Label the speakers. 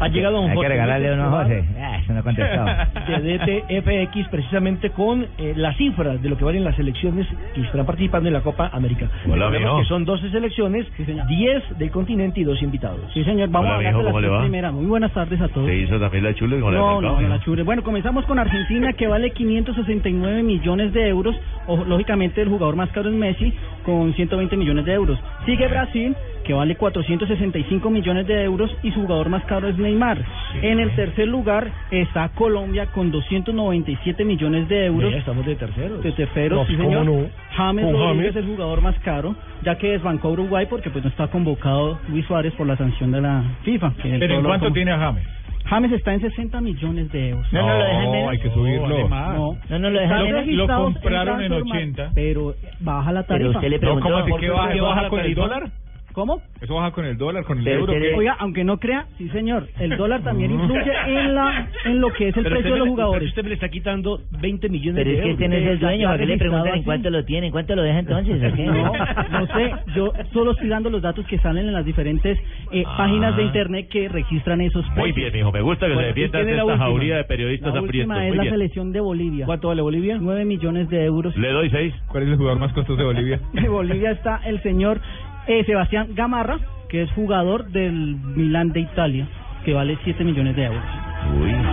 Speaker 1: Ha llegado un
Speaker 2: Hay que
Speaker 1: Jorge
Speaker 2: regalarle
Speaker 1: Enrique
Speaker 2: uno a José.
Speaker 1: Escobar
Speaker 2: Ah, eso no contestó.
Speaker 1: de DTFX precisamente con eh, las cifras de lo que valen las selecciones que estarán participando en la Copa América.
Speaker 3: Hola,
Speaker 1: Recordemos
Speaker 3: mijo.
Speaker 1: que son 12 selecciones, 10 del continente y 2 invitados.
Speaker 4: Sí, señor, vamos
Speaker 3: Hola,
Speaker 4: a hablar
Speaker 3: mijo,
Speaker 4: de
Speaker 3: ¿cómo
Speaker 4: las
Speaker 3: le
Speaker 4: tres
Speaker 3: va?
Speaker 4: primeras. Muy buenas tardes a todos.
Speaker 3: Se hizo también la chula y con
Speaker 4: No,
Speaker 3: el
Speaker 4: no,
Speaker 3: mercado.
Speaker 4: la chure. Bueno, comenzamos con Argentina, que vale 569 millones de euros. O, lógicamente, el jugador más caro es Messi, con 120 millones de euros. Sigue Brasil, que vale 465 millones de euros, y su jugador más caro es Neymar. En el tercer lugar está Colombia, con 297 millones de euros.
Speaker 1: Ya estamos de terceros.
Speaker 4: De terceros,
Speaker 5: No,
Speaker 4: sí,
Speaker 5: ¿cómo
Speaker 4: señor.
Speaker 5: no?
Speaker 4: James
Speaker 5: Con
Speaker 4: Rodríguez
Speaker 5: James.
Speaker 4: es el jugador más caro, ya que desbancó a Uruguay porque pues no está convocado Luis Suárez por la sanción de la FIFA. que
Speaker 6: Pero
Speaker 4: todo
Speaker 6: ¿en
Speaker 4: lo
Speaker 6: cuánto
Speaker 4: como-
Speaker 6: tiene a James?
Speaker 4: James está en 60 millones de euros.
Speaker 2: No, no, lo dejan
Speaker 5: No,
Speaker 2: menos.
Speaker 5: hay que subirlo.
Speaker 4: No.
Speaker 2: No, no, lo
Speaker 4: Están
Speaker 2: dejan menos.
Speaker 6: Lo-
Speaker 4: registrados
Speaker 6: compraron en
Speaker 4: Transfer Market,
Speaker 6: 80.
Speaker 4: Pero baja la
Speaker 2: Pero
Speaker 4: tarifa.
Speaker 2: usted le
Speaker 6: No,
Speaker 2: preguntó.
Speaker 6: ¿cómo así que baja?
Speaker 2: ¿Qué
Speaker 6: ¿Eso
Speaker 2: baja
Speaker 6: baja
Speaker 2: la
Speaker 6: con el
Speaker 2: tarifa?
Speaker 6: dólar?
Speaker 4: ¿Cómo?
Speaker 6: ¿Eso baja con el dólar, con el
Speaker 2: Pero
Speaker 6: euro?
Speaker 2: usted
Speaker 6: ¿qué?
Speaker 2: le-
Speaker 4: Oiga, aunque no crea, sí señor, el dólar también influye en la en lo que es el
Speaker 1: Pero
Speaker 4: precio
Speaker 1: usted
Speaker 4: de los
Speaker 1: le-
Speaker 4: jugadores.
Speaker 1: Usted le está quitando 20 millones
Speaker 2: Pero
Speaker 1: de
Speaker 2: es que
Speaker 1: euros.
Speaker 2: este no es el dueño. ¿Para qué le preguntan en
Speaker 4: así?
Speaker 2: cuánto lo tiene? ¿En cuánto lo deja entonces? ¿O qué?
Speaker 4: No, no sé, yo solo estoy dando los datos que salen en las diferentes eh,
Speaker 1: Ah.
Speaker 4: páginas de internet que registran esos precios.
Speaker 3: Muy bien, hijo. Me gusta que
Speaker 1: Bueno,
Speaker 3: se defiendan
Speaker 1: ¿quién
Speaker 3: de
Speaker 1: tiene la
Speaker 3: esta
Speaker 1: última?
Speaker 3: jauría de periodistas
Speaker 4: La
Speaker 3: aprietos.
Speaker 4: última
Speaker 3: Muy
Speaker 4: es la
Speaker 3: bien.
Speaker 4: selección de Bolivia.
Speaker 1: ¿Cuánto vale Bolivia?
Speaker 4: 9 millones de euros.
Speaker 3: Le doy seis.
Speaker 6: ¿Cuál es el jugador más costoso de Bolivia?
Speaker 4: De Bolivia está el señor eh, Sebastián Gamarra, que es jugador del Milán de Italia, que vale 7 millones de euros.
Speaker 3: Uy,